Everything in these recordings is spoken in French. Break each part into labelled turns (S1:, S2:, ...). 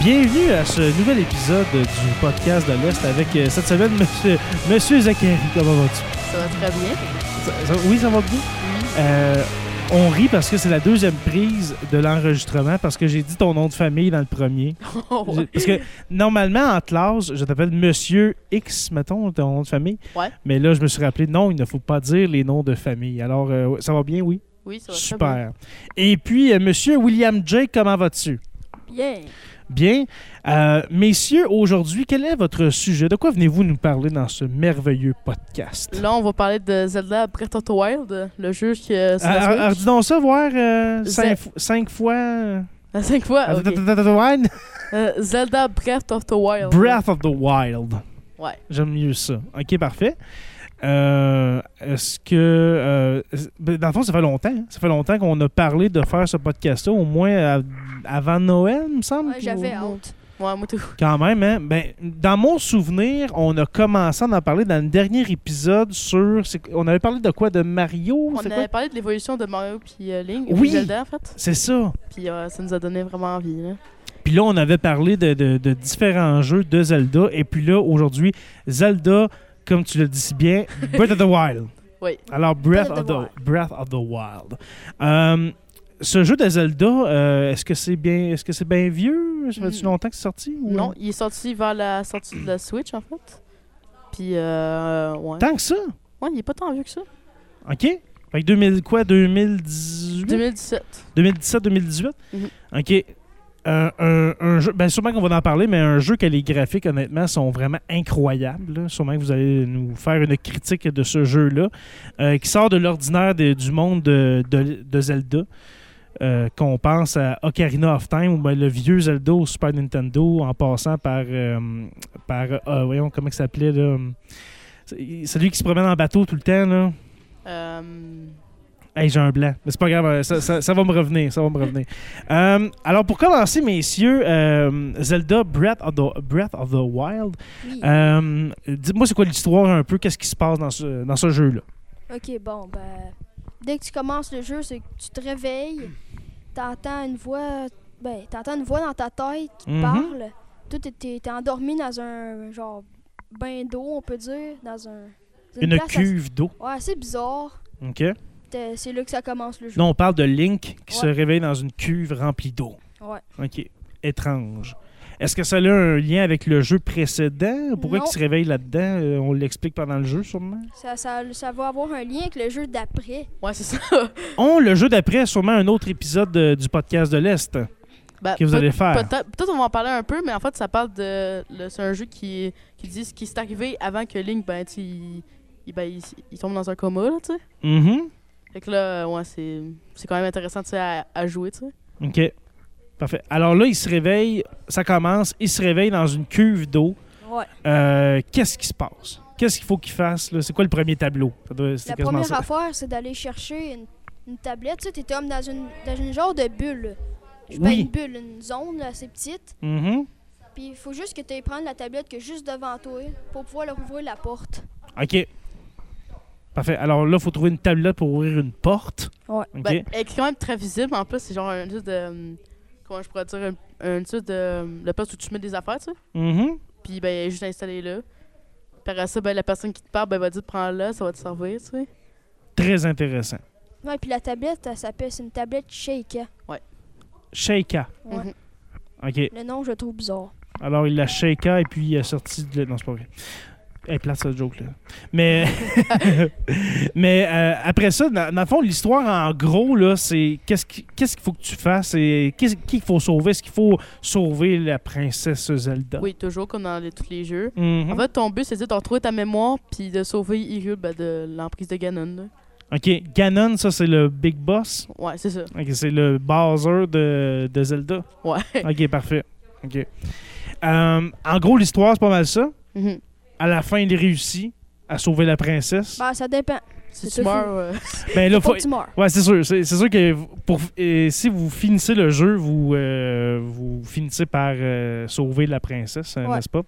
S1: Bienvenue à ce nouvel épisode du podcast de l'Est avec euh, cette semaine Monsieur, monsieur Zachary. Comment vas-tu?
S2: Ça va très bien.
S1: Ça- ça- oui, ça va bien? Euh, on rit parce que c'est la deuxième prise de l'enregistrement parce que j'ai dit ton nom de famille dans le premier.
S2: Oh, ouais.
S1: J'ai- Parce que normalement, en classe, je t'appelle Monsieur X, mettons, ton nom de famille.
S2: Ouais.
S1: Mais là, je me suis rappelé, non, il ne faut pas dire les noms de famille. Alors, euh, ça va bien, oui?
S2: Oui, ça va très
S1: Super. Et puis, euh, Monsieur William J, comment vas-tu?
S2: bien. Bien.
S1: Bien. Euh, messieurs, aujourd'hui, quel est votre sujet? De quoi venez-vous nous parler dans ce merveilleux podcast?
S2: Là, on va parler de Zelda Breath of the Wild, le jeu qui euh, sur
S1: Ah, ah,
S2: la
S1: ah,
S2: Switch.
S1: dis donc ça, voir euh,
S2: Zé-
S1: cinq, fo- cinq fois... euh,
S2: À cinq fois. ok.
S1: Wild?
S2: Euh, Zelda Breath of the Wild.
S1: Breath of the Wild.
S2: Ouais.
S1: J'aime mieux ça. OK, parfait. Euh, Est-ce que... euh, est- ben, dans le fond, ça fait longtemps. hein. Ça fait longtemps qu'on a parlé de faire ce podcast-là, au moins euh, avant Noël, il me semble.
S3: Ouais, j'avais
S1: ou-
S3: honte.
S2: Ouais, moi tout.
S1: Quand même, hein? Ben, dans mon souvenir, on a commencé à en parler dans le dernier épisode sur. c'est- On avait parlé de quoi De Mario
S2: On
S1: Oh, C'est
S2: avait
S1: quoi?
S2: parlé de l'évolution de Mario puis euh, Link.
S1: Oui.
S2: puis Zelda, en fait.
S1: C'est ça.
S2: Puis euh, ça nous a donné vraiment envie. Là.
S1: Puis là, on avait parlé de, de- de différents jeux de Zelda. Et puis là, aujourd'hui, Zelda, comme tu le dis si bien, Breath of the Wild.
S2: Oui.
S1: Alors, Breath,
S3: Breath
S1: of
S3: of
S1: the,
S3: the
S1: Breath of the Wild. Euh, ce jeu de Zelda, euh, est-ce que c'est bien, est-ce que c'est bien vieux Ça fait
S2: Mm.
S1: longtemps que c'est sorti ou-
S2: Non, il est sorti vers la sortie de la Switch, en fait. Puis, euh, ouais.
S1: Tant que ça.
S2: Ouais, il est pas tant vieux que ça.
S1: Ok. Fait que 2000 quoi 2018.
S2: 2017.
S1: 2017-2018.
S2: Mhm.
S1: OK. Euh, un, un jeu, ben sûrement qu'on va en parler, mais un jeu que les graphiques, honnêtement, sont vraiment incroyables. là. Sûrement que vous allez nous faire une critique de ce jeu-là, euh, qui sort de l'ordinaire de- du monde de, de- de Zelda. Euh, qu'on pense à Ocarina of Time ou ben, le vieux Zelda au Super Nintendo en passant par, euh, par euh, voyons, comment il s'appelait, là? C'est- celui qui se promène en bateau tout le temps, là.
S2: Euh,
S1: Hey, j'ai un blanc. Mais c'est pas grave, euh, ça, ça- ça va me revenir. Ça va me revenir. Euh, alors, pour commencer, messieurs, euh, Zelda Breath of the, Breath of the Wild,
S3: Oui.
S1: euh, dites-moi c'est quoi l'histoire un peu, qu'est-ce qui se passe dans ce, dans ce jeu-là?
S3: Ok, bon, ben. Dès que tu commences le jeu, c'est que tu te réveilles, t'entends une voix. Ben, t'entends une voix dans ta tête qui te
S1: Mhm.
S3: parle. Toi, t'es- t'es t'es endormi dans un genre bain d'eau, on peut dire. Dans un. dans
S1: Une,
S3: place
S1: cuve d'eau.
S3: assez- Ouais, c'est bizarre.
S1: OK?
S3: T'es- C'est là que ça commence le jeu.
S1: Là, on parle de Link qui se
S3: Ouais.
S1: réveille dans une cuve remplie d'eau.
S3: Ouais.
S1: OK. Étrange. Est-ce que ça a un lien avec le jeu précédent? Pourquoi
S3: Non.
S1: il se réveille là-dedans? Euh, on l'explique pendant le jeu, sûrement.
S3: Ça, ça, ça va avoir un lien avec le jeu d'après.
S2: Ouais, c'est ça.
S1: On, le jeu d'après, sûrement un autre épisode euh, du podcast de l'Est
S2: Ben,
S1: que vous
S2: peut-
S1: allez faire.
S2: Peut-être peut-être on va en parler un peu, mais en fait, ça parle de. le- C'est un jeu qui, qui dit ce qui s'est arrivé avant que Link, ben, tu sais, il, il- ben, il, il tombe dans un coma, là, tu sais.
S1: Mhm.
S2: Fait que là, ouais, c'est c'est quand même intéressant, tu sais, à, à jouer, tu sais.
S1: OK. Parfait. Alors là, il se réveille, ça commence, il se réveille dans une cuve d'eau.
S3: Ouais.
S1: Euh, Qu'est-ce qui se passe? Qu'est-ce qu'il faut qu'il fasse? là? C'est quoi le premier tableau? Ça doit- c'est
S3: La
S1: quasiment
S3: première
S1: ça.
S3: affaire, c'est d'aller chercher une, une tablette. Tu sais, t'es comme dans une, dans une genre de bulle. Je
S1: Oui.
S3: une bulle, une zone assez petite.
S1: Mhm.
S3: Puis il faut juste que tu ailles prendre la tablette que juste devant toi pour pouvoir leur ouvrir la porte.
S1: OK. Parfait. Alors là, il faut trouver une tablette pour ouvrir une porte.
S3: Ouais.
S1: OK.
S2: Ben, elle est quand même très visible, en plus, c'est genre un juste de. euh, Comment je pourrais dire? Un, un juste de. euh, Le poste où tu mets des affaires, tu sais.
S1: Mhm.
S2: Puis, ben, elle est juste installée là. Par ça, ben, la personne qui te parle, ben, va dire, prends-la, ça va te servir, tu sais.
S1: Très intéressant.
S3: Ouais, puis la tablette, elle s'appelle, c'est une tablette Shake. hein.
S1: Sheikah.
S3: Ouais.
S2: Mhm.
S1: OK.
S3: Le nom, je le trouve bizarre.
S1: Alors, il la shaka et puis il est sorti de... Non, c'est pas vrai. Elle place cette joke-là. Mais, mais euh, après ça, dans, dans le fond, l'histoire, en gros, là, c'est qu'est-ce qui- qu'est-ce qu'il faut que tu fasses et qu'est-ce qu'il faut sauver? Est-ce qu'il faut sauver la princesse Zelda?
S2: Oui, toujours, comme dans les- tous les jeux.
S1: Mhm.
S2: En fait, ton but, c'est de retrouver ta mémoire puis de sauver Hyrule ben, de l'emprise de Ganon. là.
S1: OK. Ganon, ça, c'est le big boss.
S2: Ouais, c'est ça.
S1: Ok, c'est le Bowser de, de Zelda.
S2: Ouais.
S1: OK, parfait. OK. Euh, en gros, l'histoire, c'est pas mal ça.
S2: Mhm.
S1: À la fin, il réussit à sauver la princesse.
S3: Bah, ça dépend.
S2: Si
S3: C'est
S2: tu
S3: tout
S2: meurs, euh,
S1: Ben, là,
S3: Faut
S1: faut,
S3: que tu meurs.
S1: Ouais, c'est sûr. C'est c'est sûr que vous- pour, et si vous finissez le jeu, vous, euh, vous finissez par euh, sauver la princesse, hein,
S3: Ouais.
S1: n'est-ce pas?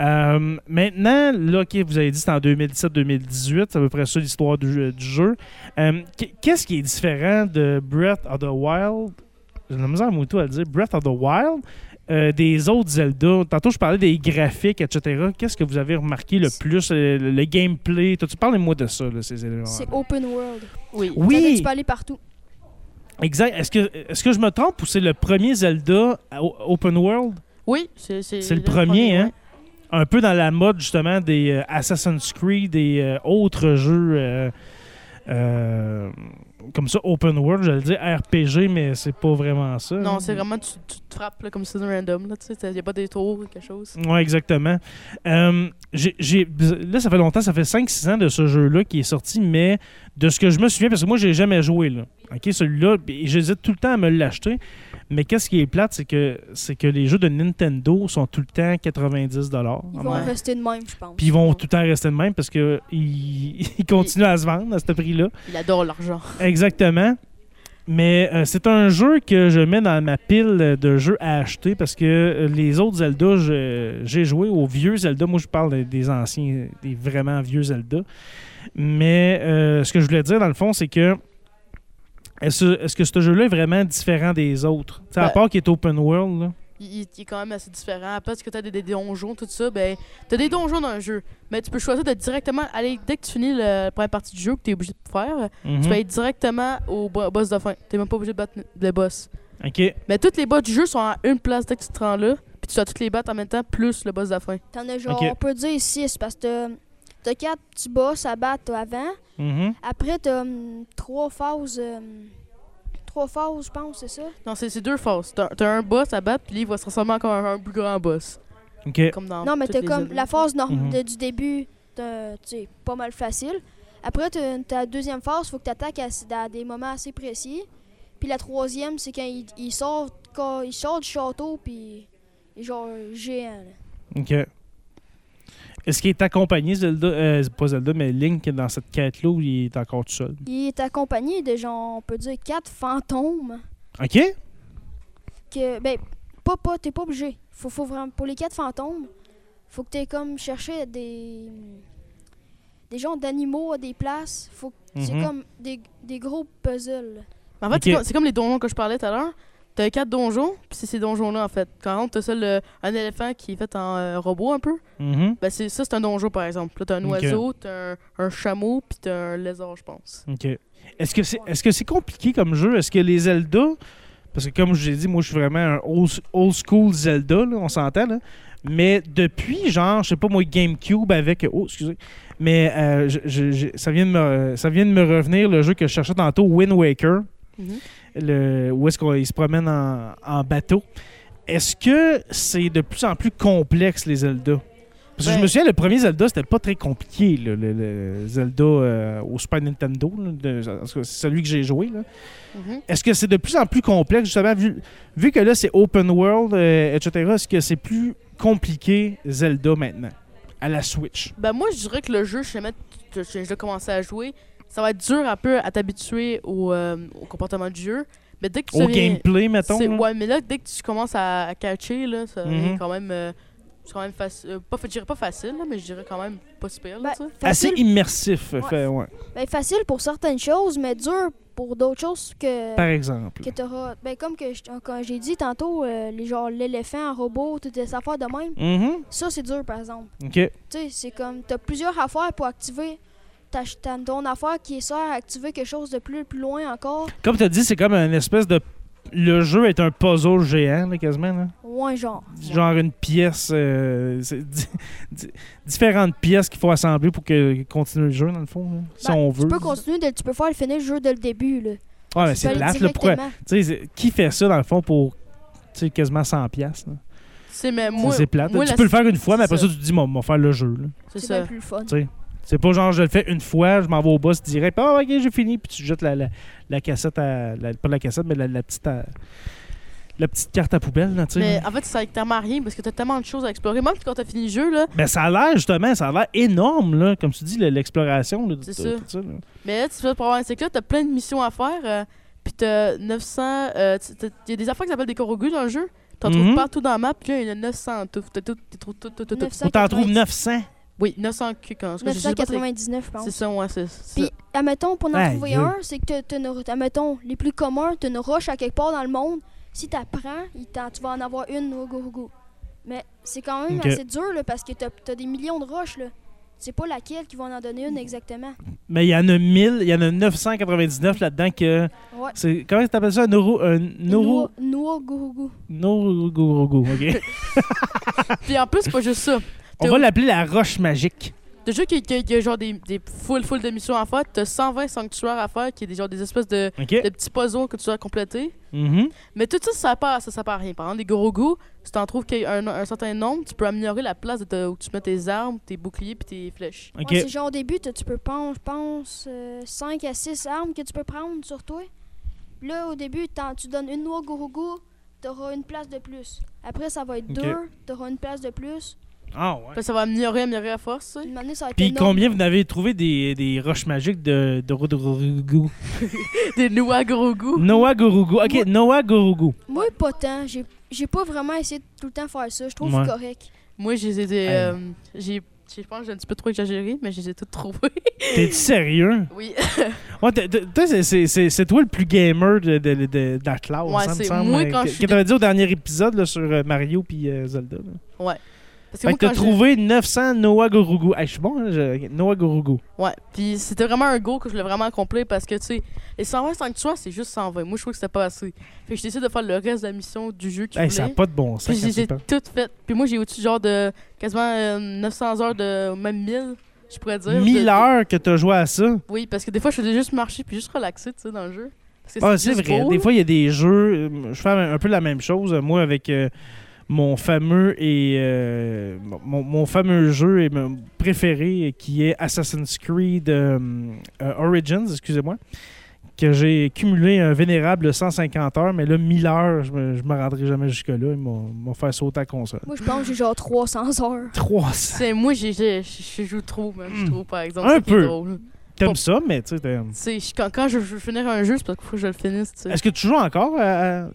S1: Euh, maintenant, là, OK, vous avez dit que c'était en 2017-2018, c'est à peu près ça Euh, l'histoire du, du jeu. Euh, qu- Qu'est-ce qui est différent de Breath of the Wild j'ai de la misère à Moutou à le dire, Breath of the Wild, euh, des autres Zelda. Tantôt, je parlais des graphiques, etc. Qu'est-ce que vous avez remarqué le plus, euh, le, le gameplay? Toi, tu parles-moi de ça, là, ces éléments.
S3: C'est open world.
S2: Oui.
S3: C'est-à-dire que
S1: Oui,
S3: Tu peux aller partout.
S1: exact. Est-ce que, est-ce que je me trompe ou c'est le premier Zelda à- o- open world?
S2: Oui, c'est C'est
S1: C'est le premier, hein? Un peu dans la mode, justement, des euh, Assassin's Creed et euh, autres jeux euh, euh, comme ça, open world, j'allais dire RPG, mais c'est pas vraiment ça.
S2: ouais. Hmm.
S1: hein.
S2: Non, c'est vraiment, tu, tu te frappes là, comme si c'était random. Là, tu sais, il n'y a pas des tours ou quelque chose.
S1: Oui, exactement. Euh, j'ai- j'ai- là, ça fait longtemps, ça fait 5-6 ans de ce jeu-là qui est sorti, mais de ce que je me souviens, parce que moi, j'ai jamais joué. Là. OK, celui-là, puis j'hésite tout le temps à me l'acheter. Mais qu'est-ce qui est plate, c'est que, c'est que les jeux de Nintendo sont tout le temps 90
S3: Ils
S1: Ah,
S3: vont
S1: ouais.
S3: rester de même, je pense.
S1: Puis ils vont tout le temps rester de même parce que ils, ils continuent à se vendre à ce prix-là.
S2: Il adore l'argent.
S1: Exactement. Mais euh, c'est un jeu que je mets dans ma pile de jeux à acheter parce que euh, les autres Zelda, je- j'ai joué aux vieux Zelda. Moi, je parle des- des anciens, des vraiment vieux Zelda. Mais euh, ce que je voulais dire, dans le fond, c'est que est-ce est-ce que ce jeu-là est vraiment différent des autres? Tu sais, à
S2: Ben-
S1: part qu'il est open world, là.
S2: il, il- il est quand même assez différent. Parce que t'as des, des donjons, tout ça, ben, t'as des donjons dans le jeu. Mais tu peux choisir de directement aller, dès que tu finis le- la première partie du jeu que t'es obligé de faire, tu
S1: Mhm.
S2: peux aller directement au bo- boss de fin. T'es même pas obligé de battre le boss.
S1: OK.
S2: Mais toutes les boss du jeu sont à une place dès que tu te rends là, puis tu dois toutes les battre en même temps, plus le boss de la fin.
S3: T'en as genre,
S1: Ok.
S3: on peut dire 6 parce que t'as- t'as 4 petits boss à battre avant.
S1: Mhm.
S3: Après, t'as 3 phases. 3 phases, je pense, c'est ça?
S2: Non, c'est c'est deux phases. T'as t'as un boss à battre, puis lui, il va se transformer encore en un plus grand boss.
S1: OK.
S2: Comme dans
S3: non, mais
S2: toutes
S3: t'as
S2: les
S3: comme
S2: Zelda.
S3: la phase norme
S1: Mhm.
S3: de- du début, t'as- tu sais, pas mal facile. Après, t'as t'as la deuxième phase, faut que t'attaques à, à des moments assez précis. Puis la troisième, c'est quand il, il sort, quand il sort du château, puis il est genre géant. là.
S1: OK. Est-ce qu'il est accompagné, Zelda, euh, pas Zelda, mais Link, dans cette quête-là, où il est encore tout seul?
S3: Il est accompagné de genre, on peut dire, quatre fantômes.
S1: OK.
S3: que ben pas pas t'es pas obligé faut faut vraiment pour les quatre fantômes faut que t'aies comme cherché des des genres d'animaux à des places faut que c'est
S1: Mhm.
S3: comme des, des gros puzzles
S2: Mais En fait,
S1: Ok.
S2: c'est comme- c'est comme les donjons que je parlais tout à l'heure. T'as quatre donjons, puis c'est ces donjons-là, en fait. Quand on t'as seul euh, un éléphant qui est fait en euh, robot un peu,
S1: Mhm.
S2: ben c'est ça, c'est un donjon, par exemple. Là, t'as un
S1: Ok.
S2: oiseau, t'as un, un chameau, puis t'as un lézard, je pense.
S1: OK. Est-ce que c'est est-ce que c'est compliqué comme jeu? Est-ce que les Zelda parce que comme je l'ai dit, moi je suis vraiment un old, old school Zelda, là, on s'entend là. Mais depuis genre, je sais pas moi GameCube avec oh, excusez. Mais euh, je- je- je- ça vient de me ça vient de me revenir le jeu que je cherchais tantôt Wind Waker,
S2: Mhm.
S1: le où est-ce qu'il se promène en, en bateau. Est-ce que c'est de plus en plus complexe les Zelda parce que je
S2: Ben-
S1: me souviens, le premier Zelda, c'était pas très compliqué, là, le, le Zelda euh, au Super Nintendo. là, de- en tout cas, c'est celui que j'ai joué. là.
S2: Mhm.
S1: Est-ce que c'est de plus en plus complexe, justement, vu, vu que là, c'est open world, euh, etc., est-ce que c'est plus compliqué Zelda maintenant, à la Switch?
S2: Ben moi, je dirais que le jeu, je sais jamais, tu- tu- j'ai commencé à jouer, ça va être dur un peu à t'habituer au, euh, au comportement du jeu. Mais dès que tu
S1: Au
S2: deviens-
S1: gameplay, mettons?
S2: C'est-
S1: là?
S2: Ouais, mais là, dès que tu commences à, à catcher, là, ça
S1: Mhm.
S2: est quand même. euh, c'est quand même facile. pas, je dirais pas facile, là, mais je dirais quand même pas super. Là,
S3: Ben,
S2: tu sais.
S1: Assez
S3: facile
S1: immersif,
S3: Ouais.
S1: fait, ouais,
S3: ben, facile pour certaines choses mais dur pour d'autres choses que
S1: par exemple.
S3: que t'auras ben comme que je- quand j'ai dit tantôt euh, les genre l'éléphant en robot toutes les affaires de même
S1: Mhm,
S3: ça c'est dur par exemple
S1: OK.
S3: Tu sais, c'est comme, t'as plusieurs affaires pour activer. T'as t'as ton affaire qui sert à activer quelque chose de plus, plus loin encore.
S1: Comme tu as dit, c'est comme une espèce de... Le jeu est un puzzle géant, là, quasiment. Là.
S3: Ou un genre.
S1: genre une pièce, euh, c'est di- di- différentes pièces qu'il faut assembler pour que continue le jeu dans le fond, là, si
S3: Ben,
S1: on veut.
S3: Tu peux continuer, de- tu peux faire le finir le jeu dès le début. Là.
S1: Ouais, mais
S3: Tu
S1: c'est
S3: peux aller
S1: plate, là, pourquoi-
S3: directement.
S1: tu sais, c'est- qui fait ça dans le fond pour tu sais, quasiment 100 pièces là?
S2: C'est mais
S1: Ça,
S2: moi.
S1: c'est plate.
S2: moi,
S1: tu
S2: la-
S1: peux le faire une fois, mais
S2: c'est
S1: après ça,
S2: ça.
S1: tu te dis, moi, moi, faire le jeu. là.
S2: C'est
S3: C'est
S2: ça.
S3: bien plus le fun.
S1: Tu C'est pas genre, je le fais une fois, je m'en vais au boss direct, ah, ok, j'ai fini, puis tu jettes la, la, la cassette à. la- pas la cassette, mais la, la petite. à- la petite carte à poubelle, là, tu sais.
S2: Mais en fait, ça sert tellement à rien parce que t'as tellement de choses à explorer. Même quand t'as fini le jeu, là.
S1: Ben, ça a l'air, justement, ça a l'air énorme, là, comme tu dis, le- l'exploration. là, de-
S2: C'est
S1: de-
S2: ça.
S1: tout ça, là.
S2: Mais là, tu fais pour avoir un secret, t'as plein de missions à faire. euh, puis t'as 900. euh, tu- t'as- Il y a des affaires qui s'appellent des korogus dans le jeu. T'en
S1: Mhm.
S2: trouves partout dans la map, puis là, il y en a 900 en tout. T'as tout, t'as tout, tout, tout, tout, tout.
S1: Faut t'en trouves 900.
S2: Oui, 900 culs, quand en tout cas, je sais pas c'est-
S3: 999, je
S2: C'est
S3: pense.
S2: ça, ouais, c'est c'est ça.
S3: Puis, admettons, pour en
S1: Aïe,
S3: trouver
S1: aïe.
S3: un, c'est que t'as- t'as une- admettons, les plus communs, t'as une roche à quelque part dans le monde, si t'apprends, il t'en- tu vas en avoir une au gourgou. Mais c'est quand même
S1: Ok.
S3: assez dur là, parce que t'as as des millions de roches. Là. Tu sais pas laquelle qui va en donner une exactement.
S1: Mais il y en a 1000, il y en a 999 là-dedans que.
S3: Ouais.
S1: C'est, comment t'appelles ça? euh, Un Noro. Un Noro.
S3: Noa gourgou.
S1: Norogurugu, OK.
S2: Puis en plus, c'est pas juste ça.
S1: On va l'appeler la roche magique.
S2: Déjà qu'il qu'il- qu'il y a genre des, des full full de missions à faire, t'as 120 sanctuaires à faire, qui est des, genre des espèces de,
S1: OK?
S2: de petits puzzles que tu dois compléter.
S1: Mhm.
S2: Mais tout ça, ça sert pas, ça sert pas à rien. Par exemple, les gros goûts, si t'en trouves qu'il y a un, un certain nombre, tu peux améliorer la place de ta- où tu mets tes armes, tes boucliers puis tes flèches.
S1: OK.
S3: Ouais, c'est genre au début, t'as- tu peux prendre, je pense, 5 à 6 armes que tu peux prendre sur toi. Puis Là, au début, t'en- tu donnes une noix gourou, t'auras une place de plus. Après, ça va être
S1: Ok.
S3: deux, t'auras une place de plus.
S1: Ah, ouais.
S2: Puis ça va améliorer, améliorer à force. ça.
S3: Une année, ça va être
S1: Puis
S3: énorme.
S1: combien vous n'avez trouvé des, des roches magiques de, de Rodorugu?
S2: Des noix gros goût.
S1: Noah Gurugu. OK, Noah Gurugu.
S3: Moi, pas tant. J'ai j'ai pas vraiment essayé de tout le temps faire ça. Je trouve
S1: Ouais.
S3: correct.
S2: Moi, j'ai les ai- des,
S1: Aïe.
S2: euh, j'ai j'ai- je pense que j'ai un petit peu trop exagéré, mais je les ai toutes trouvées.
S1: T'es-tu sérieux?
S2: Oui,
S1: Ouais, t'es- t'es- t'es- c'est- c'est- c'est c'est toi le plus gamer de, de, de, de la classe,
S2: Ouais,
S1: ça me
S2: c'est
S1: semble.
S2: moi
S1: hein,
S2: quand
S1: que-
S2: je suis
S1: Que t'avais dit au dernier épisode là, sur euh, Mario puis euh, Zelda. là.
S2: parce
S1: Fait
S2: moi,
S1: que t'as
S2: quand j'ai-
S1: trouvé 900 Noah Gurugu. Hey, je suis bon, hein, je- Noah Gurugu.
S2: Ouais, puis c'était vraiment un go que je voulais vraiment complet parce que, tu sais, les 120 sanctuaires, c'est juste 120. Moi, je trouve que c'était pas assez. Fait que j'ai décidé de faire le reste de la mission du jeu qui
S1: Hey, ça n'a
S2: voulait.
S1: pas de bon
S2: Puis
S1: sens. quand
S2: j'ai
S1: tu y
S2: j'ai
S1: penses.
S2: tout fait. Puis moi, j'ai au-dessus genre de quasiment euh, 900 heures, de même 1000, je pourrais dire. de-
S1: 1000
S2: de-
S1: heures que t'as joué à ça.
S2: Oui, parce que des fois, je faisais juste marcher puis juste relaxer, tu sais, dans le jeu. Parce que
S1: Ah, c'est
S2: juste
S1: vrai.
S2: beau,
S1: Des
S2: là.
S1: fois, il y a des jeux. euh, Je fais un un peu la même chose. Moi, avec euh, mon fameux et euh, mon, mon fameux jeu et mon préféré qui est Assassin's Creed euh, euh, Origins, excusez-moi, que j'ai cumulé un vénérable 150 heures, mais là, 1000 heures, je me, je me rendrai jamais jusque-là. Ils m'ont m'ont fait sauter à la console.
S3: Moi, je pense que j'ai genre 300 heures.
S1: 300.
S2: C'est moi, j'ai- j'ai- je je joue trop, même, je trouve, par exemple.
S1: Hmm. Un
S2: c'est qui est
S1: peu.
S2: drôle.
S1: Comme ça, mais tu sais. t'es-
S2: Tu sais, je- quand, quand je veux finir un jeu, c'est parce qu'il faut que je le finisse, tu sais.
S1: Est-ce que tu joues encore à, à-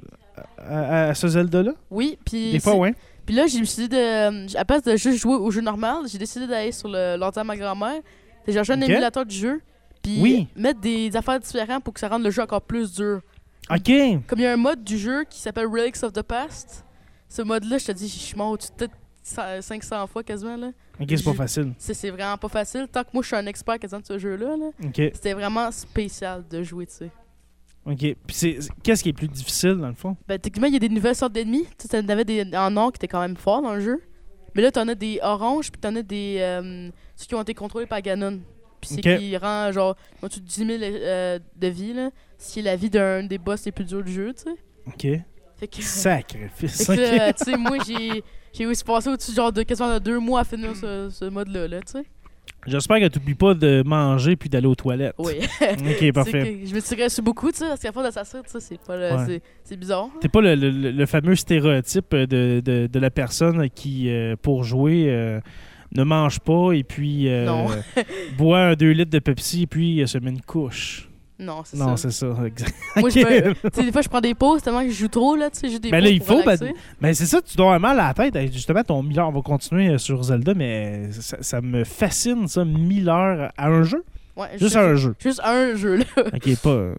S1: à- à ce Zelda-là?
S2: Oui, puis.
S1: Des fois,
S2: c'est-
S1: ouais.
S2: Puis là, je me suis dit, de, euh, à place de juste jouer au jeu normal, j'ai décidé d'aller sur le- l'ordi à ma grand-mère. J'ai acheté un
S1: Ok.
S2: émulateur du jeu, puis
S1: Oui.
S2: mettre des, des affaires différentes pour que ça rende le jeu encore plus dur.
S1: Ok.
S2: Comme il y a un mode du jeu qui s'appelle Relics of the Past, ce mode-là, je te dis, je suis mort au-dessus de peut-être cent- 500 fois quasiment. là.
S1: Ok, c'est pas facile.
S2: C'est c'est vraiment pas facile. Tant que moi, je suis un expert quasiment de ce jeu-là, là,
S1: Ok.
S2: c'était vraiment spécial de jouer, tu sais.
S1: OK. Puis c'est c'est- qu'est-ce qui est plus difficile dans le fond
S2: Ben, techniquement, il y a des nouvelles sortes d'ennemis. Tu sais, t'en avais des en or qui étaient quand même forts dans le jeu. Mais là, t'en as des oranges, puis t'en as des. euh, ceux qui ont été contrôlés par Ganon. Puis c'est
S1: Ok.
S2: qui rend, genre, ils ont 10 000 euh, de vie, là. Ce qui est la vie d'un des boss les plus durs du jeu, tu sais.
S1: OK.
S2: Fait que.
S1: Sacrifice.
S2: fait que
S1: OK.
S2: là, tu sais, moi, j'ai. J'ai aussi passé au-dessus, genre, de quasiment de deux mois à finir ce, ce mode-là, là, tu sais.
S1: J'espère que tu n'oublies pas de manger puis d'aller aux toilettes.
S2: Oui.
S1: OK, parfait.
S2: C'est que je me tirais sur beaucoup, tu sais, parce qu'à force d'assassin, tu sais, c'est pas. le-
S1: Ouais.
S2: c'est- C'est bizarre.
S1: T'es pas le, le- le- le fameux stéréotype de, de- de la personne qui, euh, pour jouer, euh, ne mange pas et puis euh,
S2: Non.
S1: boit un 2 litres de Pepsi et puis euh, se met une couche.
S2: Non, c'est ça.
S1: Non, c'est ça. exact.
S2: Moi, je
S1: Ok.
S2: me- tu sais, des fois, je prends des pauses tellement que je joue trop, là, tu sais, juste des
S1: Ben là,
S2: pauses
S1: il
S2: pour
S1: faut, ben,
S2: relaxer.
S1: Mais c'est ça, tu dois avoir mal à la tête. Hey, Justement, ton 1000 heures, on va continuer euh, sur Zelda, mais ça, ça me fascine, ça, 1000 heures à un jeu.
S2: Ouais,
S1: Juste à un jeu.
S2: Juste un jeu, là.
S1: Ok, pas.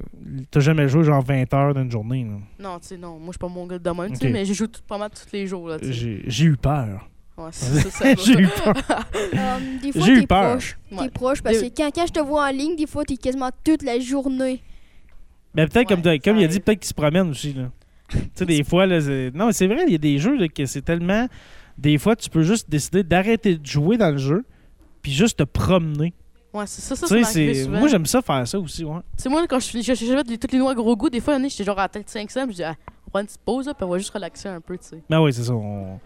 S1: T'as jamais joué genre 20 heures d'une journée. là.
S2: Non, tu sais, non, moi, je suis pas mon gars de même, tu sais,
S1: Ok.
S2: mais je joue tout- pas mal tous les jours, là, tu sais.
S1: J'ai j'ai eu peur.
S2: Ouais, c'est ça, ça va.
S1: J'ai eu peur.
S3: Euh, des fois,
S1: J'ai eu
S3: t'es
S1: peur.
S3: proche.
S2: Ouais.
S3: T'es proche parce
S2: Des-
S3: que quand, quand je te vois en ligne, des fois, t'es quasiment toute la journée.
S1: Mais peut-être, comme,
S2: Ouais,
S1: t'as-
S2: ça
S1: comme il a dit,
S2: arrive.
S1: peut-être qu'il se promène aussi. là. tu sais, des fois, là, c'est- non, mais c'est vrai, il y a des jeux là, que c'est tellement. Des fois, tu peux juste décider d'arrêter de jouer dans le jeu, puis juste te promener.
S2: Ouais, c'est ça, ça,
S1: Tu
S2: ça
S1: sais,
S2: m'est arrivé
S1: c'est.
S2: souvent.
S1: Moi, j'aime ça faire ça aussi, ouais.
S2: Tu sais, moi, là, quand je finis, je- je- je fais toutes les noix à gros goût, des fois, l'année, j'étais genre à la tête 500, puis je dis, ah, on prend une petite pause, là, puis on va juste relaxer un peu, tu sais.
S1: Ben oui, c'est ça. On...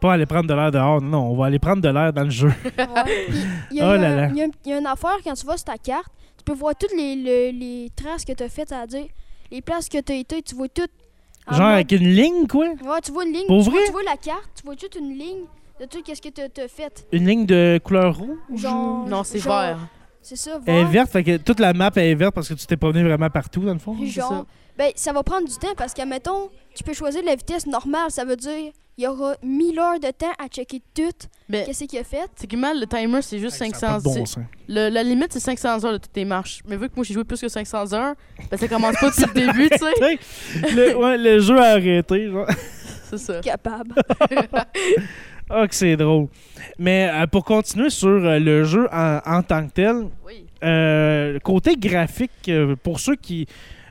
S1: Pas aller prendre de l'air dehors, non, non, on va aller prendre de l'air dans le jeu.
S3: Ouais. Il y a,
S1: Oh
S3: un-
S1: là là.
S3: il y a un- il y a une affaire quand tu vas sur ta carte, tu peux voir toutes les, le- les traces que tu as faites, c'est-à-dire les places que tu as été, tu vois toutes. en
S1: Genre
S3: mode-
S1: avec une ligne, quoi.
S3: Ouais, tu vois une ligne,
S1: Pour
S3: tu, vois,
S1: vrai?
S3: tu vois la carte, tu vois toute une ligne de tout quest ce que tu as, fait.
S1: Une ligne de couleur rouge.
S3: Genre,
S2: Non, c'est
S3: genre-
S2: vert.
S3: C'est ça, voir.
S1: Elle est verte, fait que toute la map est verte parce que tu t'es promené vraiment partout, dans le fond.
S3: Puis
S2: c'est
S3: genre,
S2: ça.
S3: ben, ça va prendre du temps parce que, mettons, tu peux choisir la vitesse normale. Ça veut dire il y aura 1000 heures de temps à checker tout.
S1: Ben,
S2: Mais
S3: Qu'est-ce qu'il a fait?
S2: techniquement, le timer, c'est juste
S1: Hey, ça a pas
S2: 500.
S1: de bon
S2: c'est-
S1: sens.
S2: le- la limite, c'est 500 heures de toutes tes marches. Mais vu que moi, j'ai joué plus que 500 heures, ben, ça commence pas depuis le début, tu sais.
S1: le, ouais, le jeu a arrêté, genre.
S2: C'est ça.
S3: Capable.
S1: Ben, Ah, que c'est drôle. Mais euh, pour continuer sur euh, le jeu en, en tant que tel,
S2: Oui.
S1: euh, côté graphique, euh, pour ceux qui.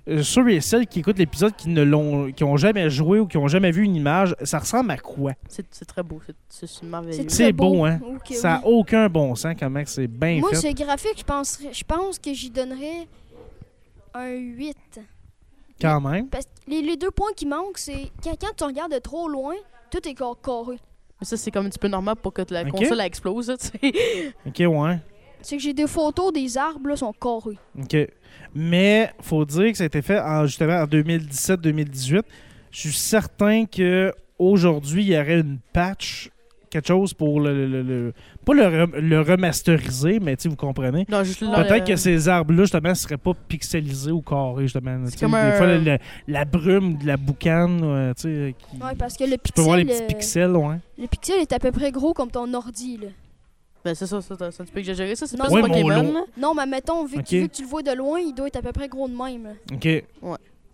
S1: euh, Ceux et celles qui écoutent l'épisode qui ne l'ont qui ont jamais joué ou qui ont jamais vu une image, ça ressemble à quoi?
S2: C'est c'est très beau. c'est- C'est merveilleux.
S3: C'est
S1: C'est
S3: très
S1: beau,
S3: beau,
S1: hein?
S3: Oh, que
S1: ça n'a
S3: oui.
S1: aucun bon sens comment que c'est bien
S3: Moi,
S1: fait.
S3: ce graphique, je pense, je pense que j'y donnerais un 8.
S1: Quand même.
S3: Parce que les, les deux points qui manquent, c'est quand, quand tu regardes de trop loin, tout est cor- carré.
S2: Mais ça, c'est comme un petit peu normal pour que la
S1: Ok.
S2: console elle explose, là, tu sais.
S1: OK, ouais.
S3: C'est que j'ai des photos des arbres, là, sont carrés.
S1: OK. Mais faut dire que ça a été fait en, justement en 2017-2018. Je suis certain que aujourd'hui il y aurait une patch, quelque chose pour le. le- le- le- pas le, re- le remasteriser, mais tu sais, vous comprenez.
S2: Non, juste là,
S1: Peut-être
S2: euh,
S1: que ces arbres-là, justement, ne seraient pas pixelisés ou carrés, justement.
S2: C'est
S1: Tu sais,
S2: comme
S1: des
S2: un-
S1: fois, le- le- la brume de la boucane, euh, tu sais, qui-
S3: Ouais, parce que le
S1: tu peux voir les
S3: pixel,
S1: petits
S3: euh,
S1: pixels, ouais.
S3: le pixel est à peu près gros comme ton ordi. Là.
S2: Ben, c'est ça, ça, ça, ça, tu peux exagérer ça. C'est
S3: Non,
S2: pas
S3: Ouais,
S2: sur
S1: mon
S2: Pokémon,
S1: lot.
S2: là.
S3: Non, mais mettons, vu, que-
S1: Ok.
S3: vu que tu le vois de loin, il doit être à peu près gros de même. là.
S1: OK.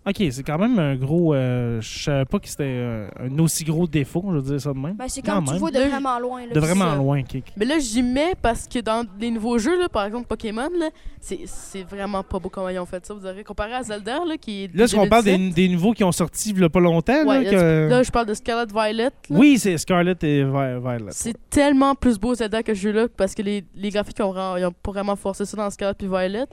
S1: OK, c'est quand même un gros. euh, je savais pas que c'était euh, un aussi gros défaut, je veux dire ça de même.
S3: Ben, c'est
S1: Quand
S3: quand tu
S1: même.
S3: le vois de
S2: Là,
S3: vraiment loin. Là,
S1: De
S3: puis
S1: vraiment
S2: ça.
S1: loin, OK.
S2: Mais là, j'y mets parce que dans les nouveaux jeux, là, par exemple Pokémon, là, c'est- c'est vraiment pas beau comment ils ont fait ça. Vous aurez comparé à Zelda, là, qui est. de
S1: Là, est-ce qu'on parle des,
S2: 2017?
S1: des nouveaux qui ont sorti il y a pas longtemps? là,
S2: Ouais, là,
S1: que-
S2: Là, je parle de Scarlet Violet. là.
S1: oui, c'est Scarlet et Vi- Violet.
S2: C'est tellement plus beau Zelda que ce jeu-là parce que les, les graphiques ils ont, ra- ils ont pas vraiment forcé ça dans Scarlet puis Violet.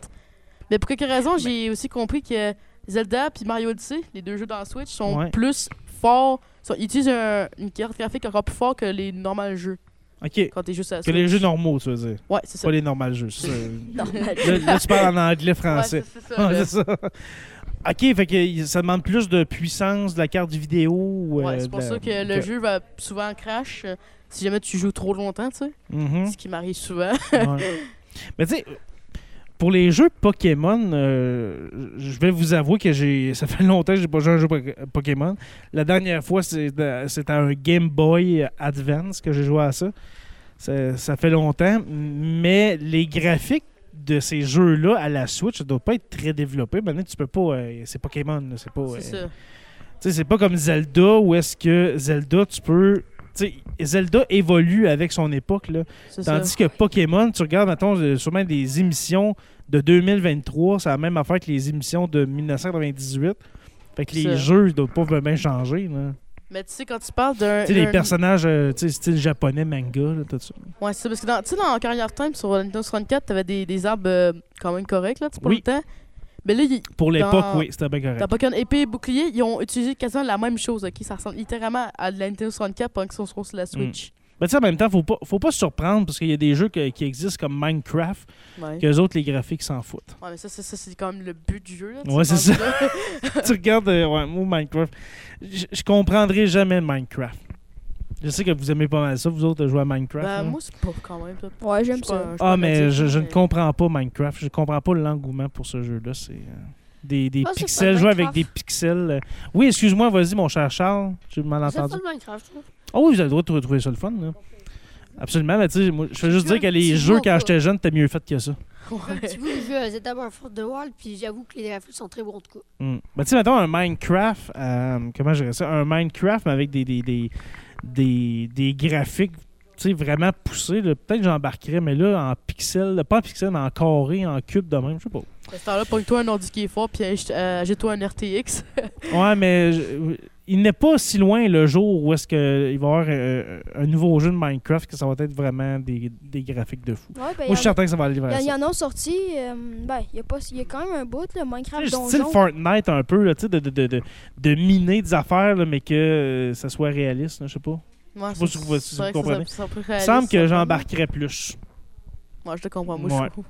S2: Mais pour quelque raison, j'ai aussi compris que Zelda puis Mario Odyssey, les deux jeux dans Switch, sont
S1: Ouais.
S2: plus forts. sont- ils utilisent un- une carte graphique encore plus forte que les normaux jeux
S1: OK.
S2: quand t'es juste à
S1: Que les jeux normaux, tu veux dire.
S2: Ouais, c'est ça.
S1: Pas les normaux jeux. c'est ça.
S3: Normal.
S1: là, là, tu parles en anglais,
S2: Ouais,
S1: français.
S2: c'est c'est ça.
S1: Ah,
S2: là.
S1: c'est ça. OK, fait que il- ça demande plus de puissance de la carte vidéo. ou, euh,
S2: Ouais, c'est pour
S1: de la-
S2: ça que le
S1: OK.
S2: jeu va souvent crash euh, si jamais tu joues trop longtemps, tu sais.
S1: Mhm.
S2: Ce qui m'arrive souvent.
S1: Ouais. Mais tu sais, pour les jeux Pokémon, euh, je vais vous avouer que j'ai ça fait longtemps que j'ai pas joué à un jeu Pok- Pokémon. La dernière fois, c'est dans- c'était un Game Boy Advance que j'ai joué à ça. ça. ça fait longtemps. Mais les graphiques de ces jeux-là à la Switch, ça doit pas être très développé. Maintenant, tu peux pas. euh, c'est Pokémon, là, c'est pas. euh,
S2: c'est ça.
S1: tu sais, c'est pas comme Zelda où est-ce que Zelda, tu peux. tu sais, Zelda évolue avec son époque. Là.
S2: C'est ça.
S1: Tandis que Pokémon, tu regardes, mettons, euh, sûrement des émissions de 2023, c'est la même affaire que les émissions de 1998. Fait que les
S2: Ça.
S1: jeux, ils doivent pas vraiment changer. là.
S2: Mais tu sais, quand tu parles d'un.
S1: Tu sais, les
S2: d'un-
S1: personnages, euh, tu sais, style japonais, manga, là, tout ça.
S2: Ouais, c'est ça, parce que dans, tu sais, dans Carrière Time sur la Nintendo 64, t'avais des, des arbres euh, quand même corrects, là, tu sais, pour
S1: Oui.
S2: le temps. Mais là, il-
S1: Pour l'époque,
S2: Dans-
S1: oui, c'était bien correct.
S2: dans Pokémon épée et bouclier, ils ont utilisé quasiment la même chose, ok? Ça ressemble littéralement à la Nintendo 64 pendant qu'ils sont sur
S1: Hmm.
S2: la Switch.
S1: Mais tu sais, en même temps, faut pas, faut pas se surprendre parce qu'il y a des jeux que- qui existent comme Minecraft,
S2: Ouais.
S1: que les autres, les graphiques s'en foutent.
S2: Ouais, mais ça, ça, ça, c'est quand même le but du jeu, là. tu
S1: Ouais,
S2: sais,
S1: c'est
S2: rendu là.
S1: tu regardes, euh, ouais, moi, Minecraft, je je comprendrai jamais Minecraft. Je sais que vous aimez pas mal ça, vous autres, jouez à Minecraft. là.
S2: Ben, moi, c'est pas quand même, là.
S3: Ouais,
S2: Je suis
S3: j'aime
S2: pas- je
S3: ça.
S2: suis pas
S1: Ah, mais
S2: natif,
S1: je, je ne
S2: mais-
S1: comprends pas Minecraft. Je comprends pas l'engouement pour ce jeu-là. C'est euh, des, des
S4: Ah, c'est pas
S1: pixels, jouer avec
S4: Minecraft.
S1: des pixels. euh. Oui, excuse-moi, vas-y, mon cher Charles. J'ai mal
S4: C'est pas
S1: entendu.
S4: de Minecraft. là.
S1: Ah oui, vous avez le droit de trouver ça le fun. là. Absolument, mais tu sais, moi, je veux juste
S4: Tu
S1: dire que
S4: veux un
S1: les
S4: petit
S1: jeux,
S4: mot,
S1: quand
S4: quoi.
S1: j'étais jeune, t'es mieux fait que ça.
S4: Comme
S2: Ouais.
S4: tu veux, je faisais d'abord un Fort de Wall, puis j'avoue que les graphiques sont très bons de coup.
S1: Mm. Ben, tu sais, mettons un Minecraft, euh, comment je dirais ça, un Minecraft, mais avec des, des, des, des, des graphiques, tu sais, vraiment poussés. là. Peut-être que j'embarquerais, mais là, en pixels, pas en pixels, mais en carré, en cube de même, je sais pas.
S2: À ce temps-là, pogne-toi un ordi qui est fort, puis achète- euh, achète-toi un RTX.
S1: Ouais, mais je- il n'est pas si loin le jour où est-ce que il va y avoir euh, un nouveau jeu de Minecraft que ça va être vraiment des, des graphiques de fou.
S3: Ouais, ben,
S1: Moi, je
S3: y
S1: suis
S3: en a-
S1: certain que ça va aller
S3: y en-
S1: vers
S3: y
S1: ça.
S3: en a sorti. euh, ben, il y, a pas- y a quand même un bout, le Minecraft
S1: Tu sais, le
S3: Donjon.
S1: Fortnite un peu, là, tu sais, de, de, de, de, de miner des affaires, là, mais que euh, ça soit réaliste, là, je sais pas.
S2: Ouais,
S1: sais pas si vous- si vous comprenez.
S2: Il
S1: Il semble que j'embarquerais plus.
S2: Moi, je te comprends. Moi,
S1: Ouais.
S2: je trouve.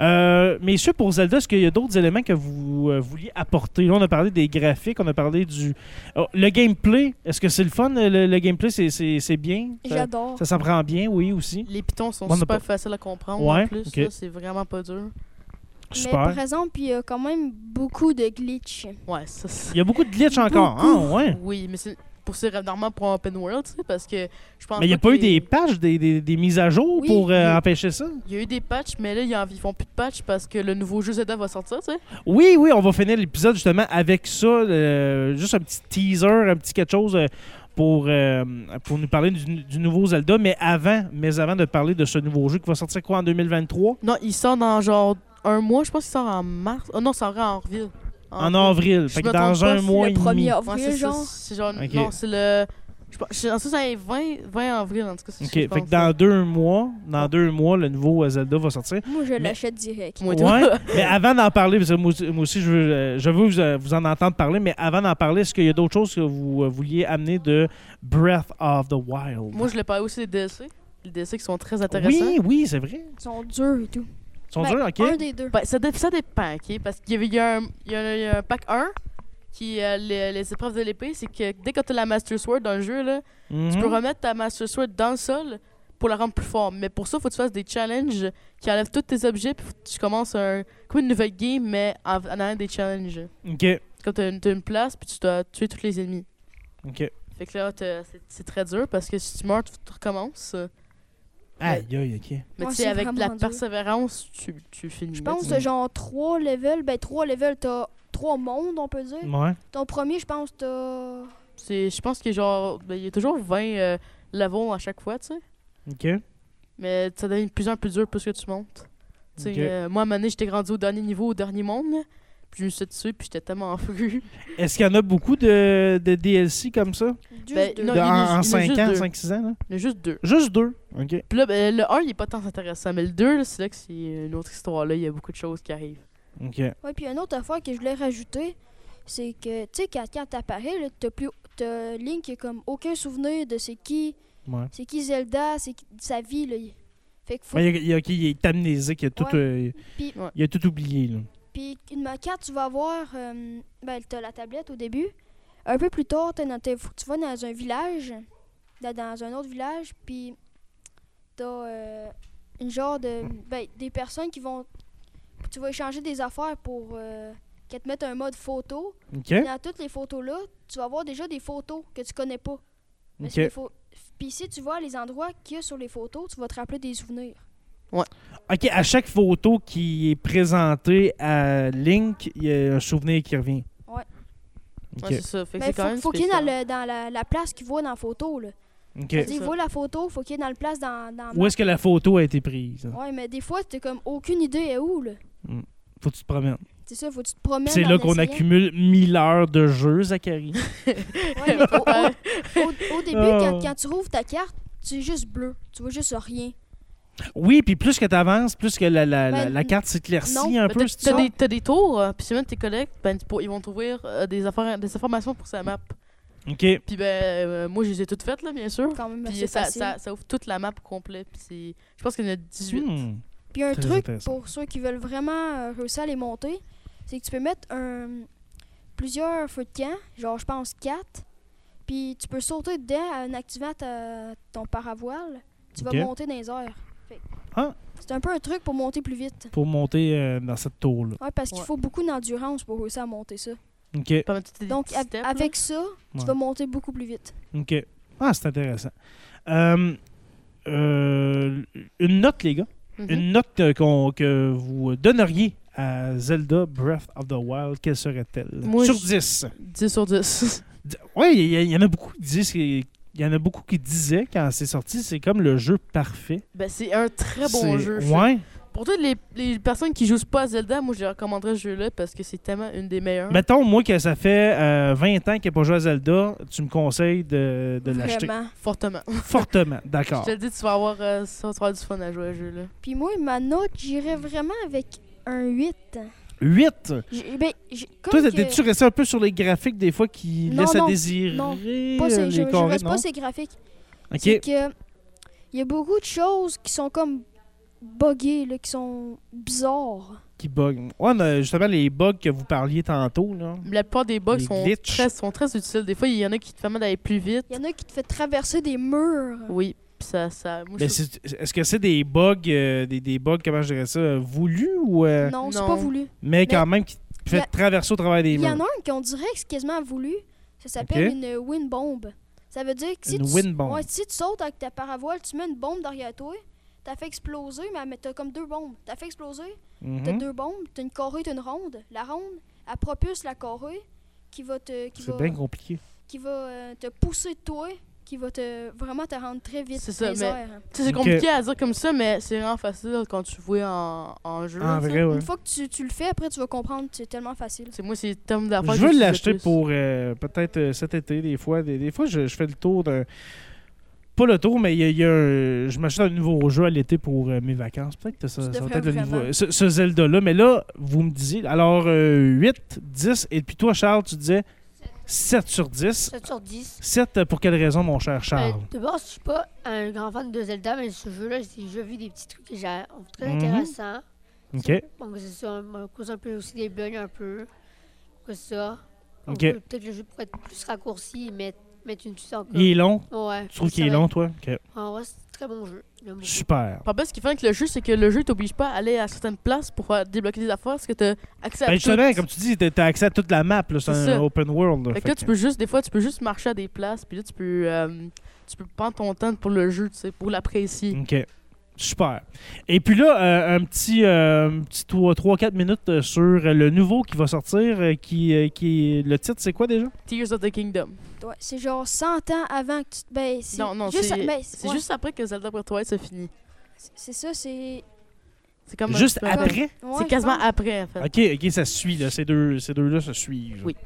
S1: Euh, messieurs, pour Zelda, est-ce qu'il y a d'autres éléments que vous euh, vouliez apporter? Là, on a parlé des graphiques, on a parlé du... Oh, le gameplay, est-ce que c'est le fun? Le, le gameplay, c'est- c'est c'est bien? Ça,
S3: J'adore.
S1: ça s'en prend bien, oui, aussi.
S2: Les pitons sont
S1: On a
S2: super
S1: pas-
S2: faciles à comprendre
S1: Ouais,
S2: en plus.
S1: ok.
S2: là, C'est vraiment pas dur.
S3: Mais
S1: Super.
S3: par exemple, il y a quand même beaucoup de glitch.
S2: Ouais, ça c'est-
S1: Il y a beaucoup de glitch encore, hein? Ouais.
S2: Oui, mais c'est pour c'est normalement pour un open world, tu sais, parce que je pense
S1: Mais il n'y a pas
S2: que
S1: eu des patchs, des, des- des mises à jour
S3: Oui,
S1: pour euh,
S2: oui.
S1: empêcher ça?
S2: Il y a eu des patchs, mais là, ils en- ils font plus de patchs parce que le nouveau jeu Zelda va sortir, tu sais.
S1: Oui, oui, on va finir l'épisode justement avec ça. euh, juste un petit teaser, un petit quelque chose euh, pour, euh, pour nous parler du, du nouveau Zelda. Mais avant, mais avant de parler de ce nouveau jeu qui va sortir quoi en 2023?
S2: Non, il sort dans genre un mois, je pense qu'il sort en mars. Oh non, ça sort en avril.
S1: En avril.
S2: Je
S1: Fait que
S2: me trompe
S1: dans
S2: pas,
S1: un
S2: c'est
S1: mois
S3: le
S1: et demi.
S3: 1er
S2: Ouais,
S3: avril,
S2: c'est ça,
S3: genre.
S2: c'est genre.
S1: Ok.
S2: Non, c'est le. Je pense, je- en tout cas, c'est 20, 20 avril, en tout cas. c'est
S1: OK,
S2: ce que je
S1: fait que
S2: pense,
S1: dans
S2: là.
S1: deux mois, dans
S2: Ouais.
S1: deux mois, le nouveau euh, Zelda va sortir.
S3: Moi, je l'achète direct.
S2: Moi et toi.
S1: Ouais, mais avant d'en parler, parce que moi, aussi- moi aussi, je veux, euh, je veux vous, euh, vous en entendre parler, mais avant d'en parler, est-ce qu'il y a d'autres choses que vous euh, vouliez amener de Breath of the Wild?
S2: Moi, je l'ai parlé aussi des DLC. Les DLC qui sont très intéressants.
S1: oui, oui, c'est vrai.
S3: Ils sont durs et tout.
S1: Ils sont
S3: Ben,
S1: durs, OK?
S3: Un des deux.
S2: Ben, ça, dé- ça dépend, OK? Parce qu'il y avait- il y, a un- il y a un- il y a un pack 1 qui euh, les, les épreuves de l'épée. C'est que dès que tu as la Master Sword dans le jeu, là, tu
S1: Mhm.
S2: peux remettre ta Master Sword dans le sol pour la rendre plus forte. Mais pour ça, faut que tu fasses des challenges qui enlèvent tous tes objets. Puis faut que tu commences un, comme une nouvelle game, mais en, en ayant des challenges.
S1: OK,
S2: Comme tu as, une place, puis tu dois tuer tous les ennemis.
S1: OK.
S2: Fait que là, t'as- c'est- c'est très dur parce que si tu meurs, tu tu recommences.
S1: Aïe, aïe, OK.
S2: Mais
S3: Ouais,
S2: tu sais,
S3: c'est
S2: avec de la
S3: vraiment dur.
S2: persévérance, tu, tu finis.
S3: Je
S2: là,
S3: pense
S2: tu
S3: que
S2: sais.
S3: genre trois levels. Ben, trois levels, t'as trois mondes, on peut dire.
S1: Ouais.
S3: Ton premier, je pense, t'as.
S2: C'est- Je pense que genre, ben, il y a toujours 20 euh, levels à chaque fois, tu sais.
S1: OK.
S2: Mais ça devient de plus en plus dur plus que tu montes. Tu sais,
S1: Ok.
S2: euh, moi, à un moment donné, j'étais grandi au dernier niveau, au dernier monde. là. Puis je me suis dessus, puis j'étais tellement fru.
S1: Est-ce qu'il y en a beaucoup de, de DLC comme ça?
S3: Juste
S2: Ben,
S3: deux.
S2: non,
S1: De-
S2: il y en a- il y en
S1: en
S2: a
S1: 5
S2: juste
S1: ans,
S2: deux.
S1: 5-6 ans? Là?
S2: Il y en a juste deux.
S1: Juste deux. OK.
S2: Puis là, ben, le 1, il est pas tant intéressant. Mais le 2, là, c'est là que c'est une autre histoire. Là, il y a beaucoup de choses qui arrivent.
S1: OK.
S3: Ouais, puis une autre affaire que je voulais rajouter, c'est que, tu sais, quand, quand t'apparais, là, t'as plus. T'as Link qui a comme aucun souvenir de c'est qui,
S1: Ouais.
S3: c'est qui Zelda, c'est qui- de sa vie, là. Fait que faut.
S1: Ouais, il, y a- il y a, OK, il est amnésique, il a tout,
S3: Ouais.
S1: euh,
S3: Puis-
S1: il a tout oublié. Là.
S3: Puis, une- quand tu vas voir, euh, ben, t'as la tablette au début. Un peu plus tard, t'es dans- t'es- faut que tu vas dans un village, dans, dans un autre village, puis t'as euh, une genre de. Ben, des personnes qui vont. Tu vas échanger des affaires pour euh, qu'elles te mettent un mode photo.
S1: OK?
S3: Puis Dans toutes les photos-là, tu vas voir déjà des photos que tu connais pas. Mais c'est
S1: OK.
S3: des pho- Puis si tu vois les endroits qu'il y a sur les photos, tu vas te rappeler des souvenirs.
S1: OK, à chaque photo qui est présentée à Link, il y a un souvenir qui revient.
S3: Ouais.
S1: OK.
S2: Ouais, c'est ça. Fait que
S3: Mais
S2: c'est quand
S3: Ben, faut,
S2: même
S3: faut qu'il y ait dans,
S2: spécial.
S3: le- dans la, la place qu'il voit dans la photo. Là.
S1: OK.
S3: Je veux dire,
S2: ça.
S3: il voit la photo, faut qu'il y ait dans le place dans. dans
S1: Où est-ce que la photo a été prise?
S3: Ouais, mais des fois, t'as comme aucune idée est où. là.
S1: Faut que tu te promènes.
S3: C'est ça, faut que tu te promènes.
S1: C'est
S3: en
S1: là qu'on
S3: essayant.
S1: accumule 1000 heures de jeu, Zachary.
S3: Ouais, mais au, au- au- au début,
S1: Oh.
S3: quand, quand tu rouvres ta carte, tu es juste bleu. Tu vois juste rien.
S1: Oui, puis plus que tu avances, plus que la, la, la,
S3: Ben,
S1: la carte s'éclaircit
S3: non,
S1: un
S2: Ben,
S1: peu.
S2: t'as-
S1: c'est
S2: T'as
S1: ça?
S2: des, t'as des tours, euh, puis si même tes collègues, ben, tu pour- ils vont t'ouvrir euh, des, affaires- des informations pour sa map.
S1: OK.
S2: Puis ben, euh, moi, je les ai toutes faites, là, bien sûr.
S3: Quand même assez
S2: Puis ça,
S3: facile.
S2: ça, ça ouvre toute la map au complet. Puis c'est- je pense qu'il y en a 18.
S1: Hmm.
S3: Puis un
S1: Très
S3: truc
S1: intéressant.
S3: pour ceux qui veulent vraiment euh, réussir à les monter, c'est que tu peux mettre un- plusieurs feux de camp, genre je pense 4, puis tu peux sauter dedans en activant ta- ton paravoile. Tu vas
S1: Ok.
S3: monter dans les airs. Fait que
S1: Ah.
S3: C'est un peu un truc pour monter plus vite.
S1: Pour monter euh, dans cette tour-là.
S3: Ouais, parce qu'il
S2: Ouais.
S3: faut beaucoup d'endurance pour réussir à monter ça.
S1: OK.
S2: Pas mal, t'as des
S3: Donc
S2: petits
S3: a-
S2: steps, là.
S3: avec ça,
S1: Ouais.
S3: tu vas monter beaucoup plus vite.
S1: OK. Ah, c'est intéressant. Euh, euh, une note, les gars.
S2: Mhm.
S1: Une note euh, qu'on- que vous donneriez à Zelda Breath of the Wild, quelle serait-elle?
S2: Moi,
S1: Sur
S2: je-
S1: 10.
S2: 10 sur 10.
S1: Oui, il y, a- il y en a beaucoup qui disent... qu'il- Il y en a beaucoup qui disaient quand c'est sorti, c'est comme le jeu parfait.
S2: ben, c'est un très bon
S1: C'est-
S2: jeu.
S1: Ouais.
S2: Pour toutes les, les personnes qui jouent pas à Zelda, moi, je les recommanderais ce jeu-là parce que c'est tellement une des meilleures.
S1: Mettons, moi, que ça fait euh, 20 ans qu'il n'y a pas joué à Zelda, tu me conseilles de, de l'acheter
S3: Vraiment.
S2: Fortement.
S1: fortement.
S2: Je
S1: D'accord.
S2: te le dis, tu vas avoir, euh, ça, tu vas avoir du fun à jouer à ce jeu-là.
S3: Puis moi, ma note, j'irais vraiment avec un 8.
S1: 8.
S3: J'ai- ben, j'ai-
S1: Toi,
S3: comme que-
S1: t'es-tu resté un peu sur les graphiques des fois qui
S3: Non,
S1: laissent à
S3: non,
S1: désirer euh,
S3: non. pas ces-
S1: les
S3: je, je
S1: carrés,
S3: reste
S1: non?
S3: pas ces graphiques.
S1: OK.
S3: C'est que il y a beaucoup de choses qui sont comme buggés, là, qui sont bizarres.
S1: Qui bug. Ouais, mais justement, les bugs que vous parliez tantôt, là.
S2: La plupart des bugs
S1: Les
S2: sont
S1: glitches.
S2: très, sont très utiles. Des fois, il y en a qui te permettent d'aller plus vite.
S3: Il y en a qui te fait traverser des murs.
S2: Oui, pis ça. ça moi,
S1: Mais
S2: je-
S1: c'est- est-ce que c'est des bugs, euh, des, des bugs, comment je dirais ça, euh, voulus ou. euh,
S3: Non, c'est
S2: non.
S3: pas voulu.
S1: mais quand même qui te fait
S3: la-
S1: traverser au travers des
S3: Il y en
S1: murs.
S3: a un qu'on dirait que c'est quasiment voulu. Ça s'appelle
S1: Ok.
S3: une wind bomb. Ça veut dire que si,
S1: Une
S3: tu...
S1: wind bomb.
S3: ouais, si tu sautes avec ta paravoile, tu mets une bombe derrière toi, t'as fait exploser, mais elle met- t'as comme deux bombes. T'as fait exploser,
S1: Mhm.
S3: t'as deux bombes, t'as une carrée, t'as une ronde. La ronde, elle propulse la carrée qui va te qui
S1: C'est
S3: va,
S1: bien compliqué.
S3: qui va euh, te pousser de toi, qui va te vraiment te rendre très vite.
S2: C'est ça,
S3: dans les
S2: mais-
S3: airs. hein.
S2: Tu sais, c'est
S1: Ok.
S2: compliqué à dire comme ça, mais c'est vraiment facile quand tu vois en, en jeu.
S1: En
S2: là, tu sais.
S1: vrai, ouais.
S3: Une fois que tu, tu le fais, après tu vas comprendre, c'est tellement facile.
S2: C'est moi, c'est le terme d'affaires.
S1: Je
S2: que
S1: veux
S2: j'utilise le
S1: l'acheter
S2: plus.
S1: pour euh, peut-être euh, cet été, des fois. Des, des fois, je, je fais le tour d'un. Pas le tour, mais il y a, il y a un- je m'achète un nouveau jeu à l'été pour euh, mes vacances. Peut-être que ça,
S3: Tu
S1: ça va
S3: devrais
S1: peut-être le
S3: vraiment.
S1: nouveau. Ce, ce Zelda-là. Mais là, vous me disiez. Alors, euh, 8, 10. Et puis toi, Charles, tu disais 7 sur 10.
S4: 7 sur 10.
S1: 7 pour quelle raison, mon cher
S4: Euh,
S1: Charles
S4: de base, je suis pas un grand fan de Zelda, mais ce jeu-là, j'ai déjà vu des petits trucs que j'ai très
S1: Mhm.
S4: intéressants.
S3: Ben,
S1: Ok.
S4: Donc, c'est ça, on euh, cause un peu aussi des bugs un peu. Que ça. On
S1: Ok.
S4: peut- euh, Peut-être le jeu pourrait être plus raccourci et mettre, mettre une suite encore.
S1: Il est long.
S4: Ouais.
S1: Tu trouves
S4: ça
S1: qu'il est
S4: va
S1: long,
S4: être-
S1: toi Ok.
S4: En vrai, c'est un très bon jeu. J'aime beaucoup.
S1: Super.
S2: En fait, ce qui fait avec le jeu, c'est que le jeu t'oblige pas à aller à certaines places pour faire débloquer des affaires, parce que t'as accès à
S1: Ben,
S2: tout.
S1: justement, comme tu dis, t'as t'as accès à toute la map. là, C'est
S2: C'est
S1: un
S2: ça.
S1: open world. là,
S2: Fait que
S1: fait
S2: là, tu peux juste, des fois, tu peux juste marcher à des places, puis là, tu peux, euh, tu peux prendre ton temps pour le jeu, tu sais, pour l'apprécier.
S1: OK. Super. Et puis là, euh, un petit, euh, un petit 3-4 minutes euh, sur euh, le nouveau qui va sortir, euh, qui, euh, qui le titre, c'est quoi déjà?
S2: Tears of the Kingdom.
S3: Ouais, c'est genre 100 ans avant que tu te baisses.
S2: Non, non,
S3: juste,
S2: c'est
S3: ben,
S2: c'est
S3: ouais,
S2: juste après que Zelda Breath of the Wild se finit.
S3: C'est ça, c'est.
S2: C'est comme un
S1: Juste
S2: petit peu
S1: après?
S3: ouais, je
S2: C'est quasiment
S3: pense.
S2: après, en fait.
S1: OK, OK, ça se suit, là. Ces deux- ces deux-là se suivent.
S2: Oui.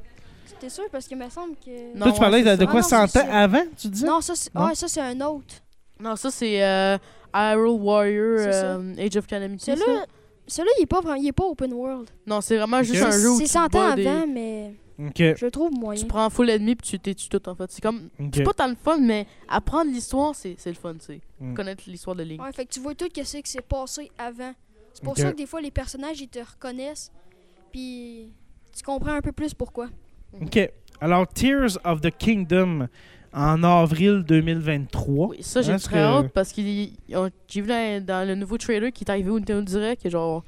S3: C'était sûr parce qu'il me semble que.
S2: Non.
S1: Toi, tu parlais
S2: ouais,
S1: de,
S2: c'est
S1: de
S2: ça.
S1: quoi
S3: Ah, non,
S1: 100
S3: c'est
S1: ans
S3: ça.
S1: avant, tu dis?
S3: Non, ça, c'est
S1: Non.
S3: ouais, ça, c'est un autre.
S2: Non, ça, c'est euh, Hyrule Warrior,
S3: C'est ça.
S2: euh, Age of Calamity. ça.
S3: Celui-là, celui-là, il est pas vraiment, il est pas open world.
S2: Non, c'est vraiment
S1: Ok.
S2: juste
S3: C'est
S2: un jeu où
S3: c'est
S2: tu
S3: 100 ans
S2: bats des-
S3: avant, mais
S1: OK.
S3: je le trouve moyen.
S2: Tu prends full ennemi puis tu t'étues tout en fait. C'est comme
S1: ok.
S2: c'est pas tant le fun mais apprendre l'histoire c'est c'est le fun, tu sais.
S1: Mm.
S2: Connaître l'histoire de Link.
S3: Ouais, fait que tu vois tout ce qui s'est passé avant. C'est pour
S1: Ok.
S3: ça que des fois, les personnages, ils te reconnaissent. Puis tu comprends un peu plus pourquoi.
S1: OK. Alors, Tears of the Kingdom en avril 2023.
S2: Oui, ça j'ai
S1: Est-ce
S2: très
S1: que-
S2: hâte parce qu'il y- on- j'ai vu dans, dans le nouveau trailer qui est arrivé au Nintendo Direct il y a genre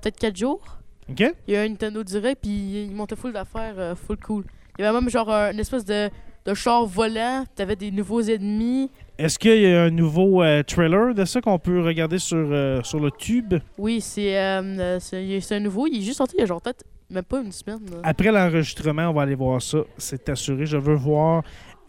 S2: peut-être 4 jours.
S1: OK?
S2: Il y a eu un Nintendo Direct puis ils montaient full d'affaires euh, full cool. Il y avait même genre un- une espèce de de char volant, puis t'avais des nouveaux ennemis.
S1: Est-ce qu'il y a un nouveau euh, trailer de ça qu'on peut regarder sur, euh, sur le tube?
S2: Oui, c'est euh, euh, c'est c'est un nouveau, il est juste sorti il y a genre peut-être même pas une semaine. là.
S1: Après l'enregistrement, on va aller voir ça. C'est assuré. Je veux voir,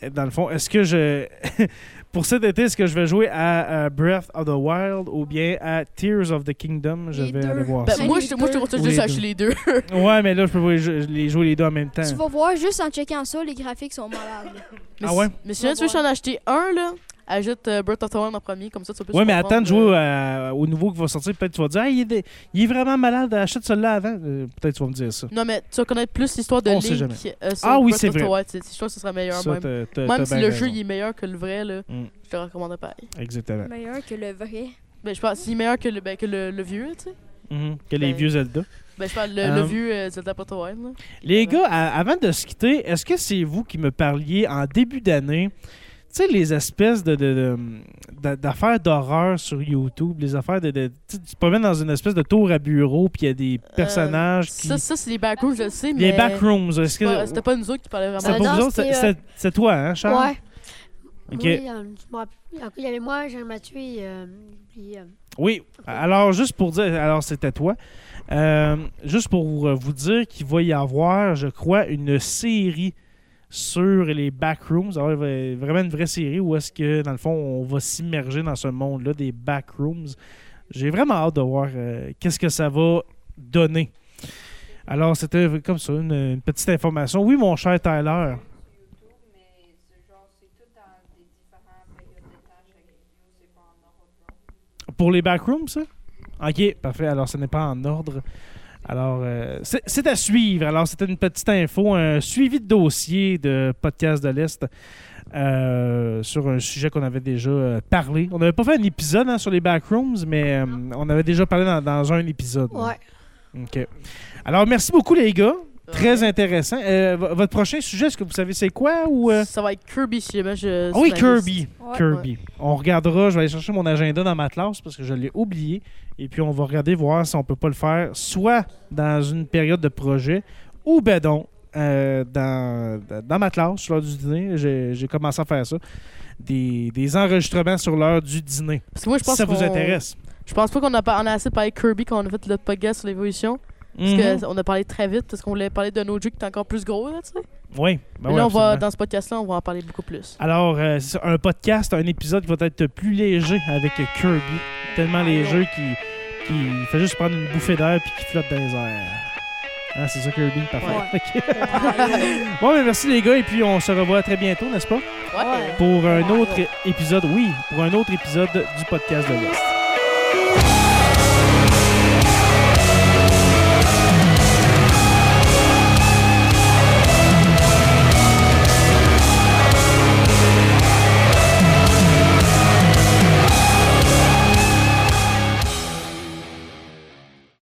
S1: euh, dans le fond, est-ce que je. Pour cet été, est-ce que je vais jouer à, euh, Breath of the Wild ou bien à Tears of the Kingdom Je
S3: Les
S1: vais
S3: deux.
S1: aller voir
S2: Ben,
S1: ça.
S3: c'est
S2: moi,
S3: les
S2: je, moi, je te
S3: deux.
S2: conseille
S1: Oui,
S2: juste
S1: les
S2: à acheter les deux.
S1: Ouais, mais là, je peux pas les jou- les jouer les deux en même temps.
S3: Tu vas voir, juste en checkant ça, les graphiques sont malades.
S2: Mais
S1: Ah
S2: si-
S1: ouais?
S2: Mais si jamais tu veux en acheter un, là, ajoute euh, Breath of the Wild en premier, comme ça tu peux
S1: Ouais, mais attends de
S2: euh.
S1: jouer à- au nouveau qui va sortir. Peut-être tu vas dire, ah, il est, dé- il est vraiment malade, achète celui-là avant. Euh, Peut-être tu vas me dire ça.
S2: Non, mais tu vas connaître plus l'histoire de
S1: On sait jamais.
S2: Link. euh, sur
S1: Ah oui,
S2: Breath
S1: c'est
S2: of the
S1: vrai.
S2: Wild, c'est- Je trouve que ce serait meilleur,
S1: Ça,
S2: même.
S1: t'as- t'as- t'as
S2: Même si
S1: bien
S2: le
S1: raison.
S2: jeu il est meilleur que le vrai, là,
S1: Mm.
S2: je te recommanderais pareil.
S1: Exactement.
S3: Meilleur que le vrai.
S2: Ben, je pense, s'il est meilleur que le, ben, que le, le vieux, tu sais.
S1: Mhm. Que les
S2: Ben-
S1: vieux Zelda.
S2: Ben, je parle le,
S1: Euh,
S2: le vieux euh, Zelda Breath of the Wild, là.
S1: Les
S2: Évidemment.
S1: gars, à- avant de se quitter, est-ce que c'est vous qui me parliez en début d'année, tu sais, les espèces de, de- de- d'a- d'affaires d'horreur sur YouTube, les affaires de... de- tu sais, tu te promènes dans une espèce de tour à bureau, puis il y a des personnages qui...
S2: Euh, Ça, ça c'est les backrooms, je le sais, mais.
S1: les backrooms, est-ce
S2: c'est pas-
S1: que...
S2: C'était pas nous autres qui parlaient
S1: C'était
S4: Euh,
S2: vraiment.
S1: pas
S4: non,
S1: vous autres?
S4: c'était,
S1: C'est-
S4: euh,
S1: c'est- C'est toi, hein, Charles?
S4: Ouais.
S1: Ok.
S4: Oui, euh, je me rappelle- en tout cas, il y avait moi, Jean Mathieu et. euh, puis, euh,
S1: Oui, alors juste pour dire, alors c'était toi, Euh, juste pour euh, vous dire qu'il va y avoir, je crois, une série sur les backrooms, alors il va y avoir vraiment une vraie série où est-ce que, dans le fond, on va s'immerger dans ce monde-là des backrooms. J'ai vraiment hâte de voir euh, qu'est-ce que ça va donner. Alors, c'était comme ça, une, une petite information. Oui, mon cher Tyler. Pour les backrooms, ça? OK, parfait. Alors, ce n'est pas en ordre. Alors, euh, c'est c'est à suivre. Alors, c'était une petite info, un suivi de dossier de Podcast de l'Est. euh, sur un sujet qu'on avait déjà euh, parlé. On n'avait pas fait un épisode hein, sur les backrooms, mais euh, on avait déjà parlé dans, dans un épisode. là.
S4: Ouais.
S1: OK. Alors, merci beaucoup, les gars. Très intéressant. Euh, vo- votre prochain sujet, est-ce que vous savez c'est quoi ou euh,
S2: Ça va être Kirby si jamais je.
S1: Ah oui,
S2: sur la liste.
S1: Kirby.
S3: Ouais.
S1: Kirby. On regardera, je vais aller chercher mon agenda dans ma classe parce que je l'ai oublié. Et puis on va regarder voir si on peut pas le faire, soit dans une période de projet, ou ben donc euh, dans, dans ma classe, l'heure du dîner. J'ai j'ai commencé à faire ça. Des, des enregistrements sur l'heure du dîner.
S2: Parce que moi, je
S1: Si
S2: pense
S1: ça vous
S2: qu'on-
S1: intéresse.
S2: Je pense pas qu'on a, par- on a assez parlé de Kirby quand on a fait le podcast sur l'évolution. Parce
S1: Mhm.
S2: qu'on a parlé très vite, parce qu'on voulait parler d'un autre jeu qui est encore plus gros, là, tu sais.
S1: Oui. ben
S2: Mais
S1: oui,
S2: là, on va,
S1: absolument.
S2: dans ce podcast-là, on va en parler beaucoup plus.
S1: Alors, euh, c'est ça, un podcast, un épisode qui va être plus léger avec Kirby. Tellement léger qu'il qui fait juste prendre une bouffée d'air puis qui flotte dans les airs. Ah, c'est ça, Kirby? Parfait. Ok. Bon, ben, merci les gars, et puis on se revoit très bientôt, n'est-ce pas?
S2: Ouais.
S1: Pour un autre épisode, oui, pour un autre épisode du podcast de l'Ouest.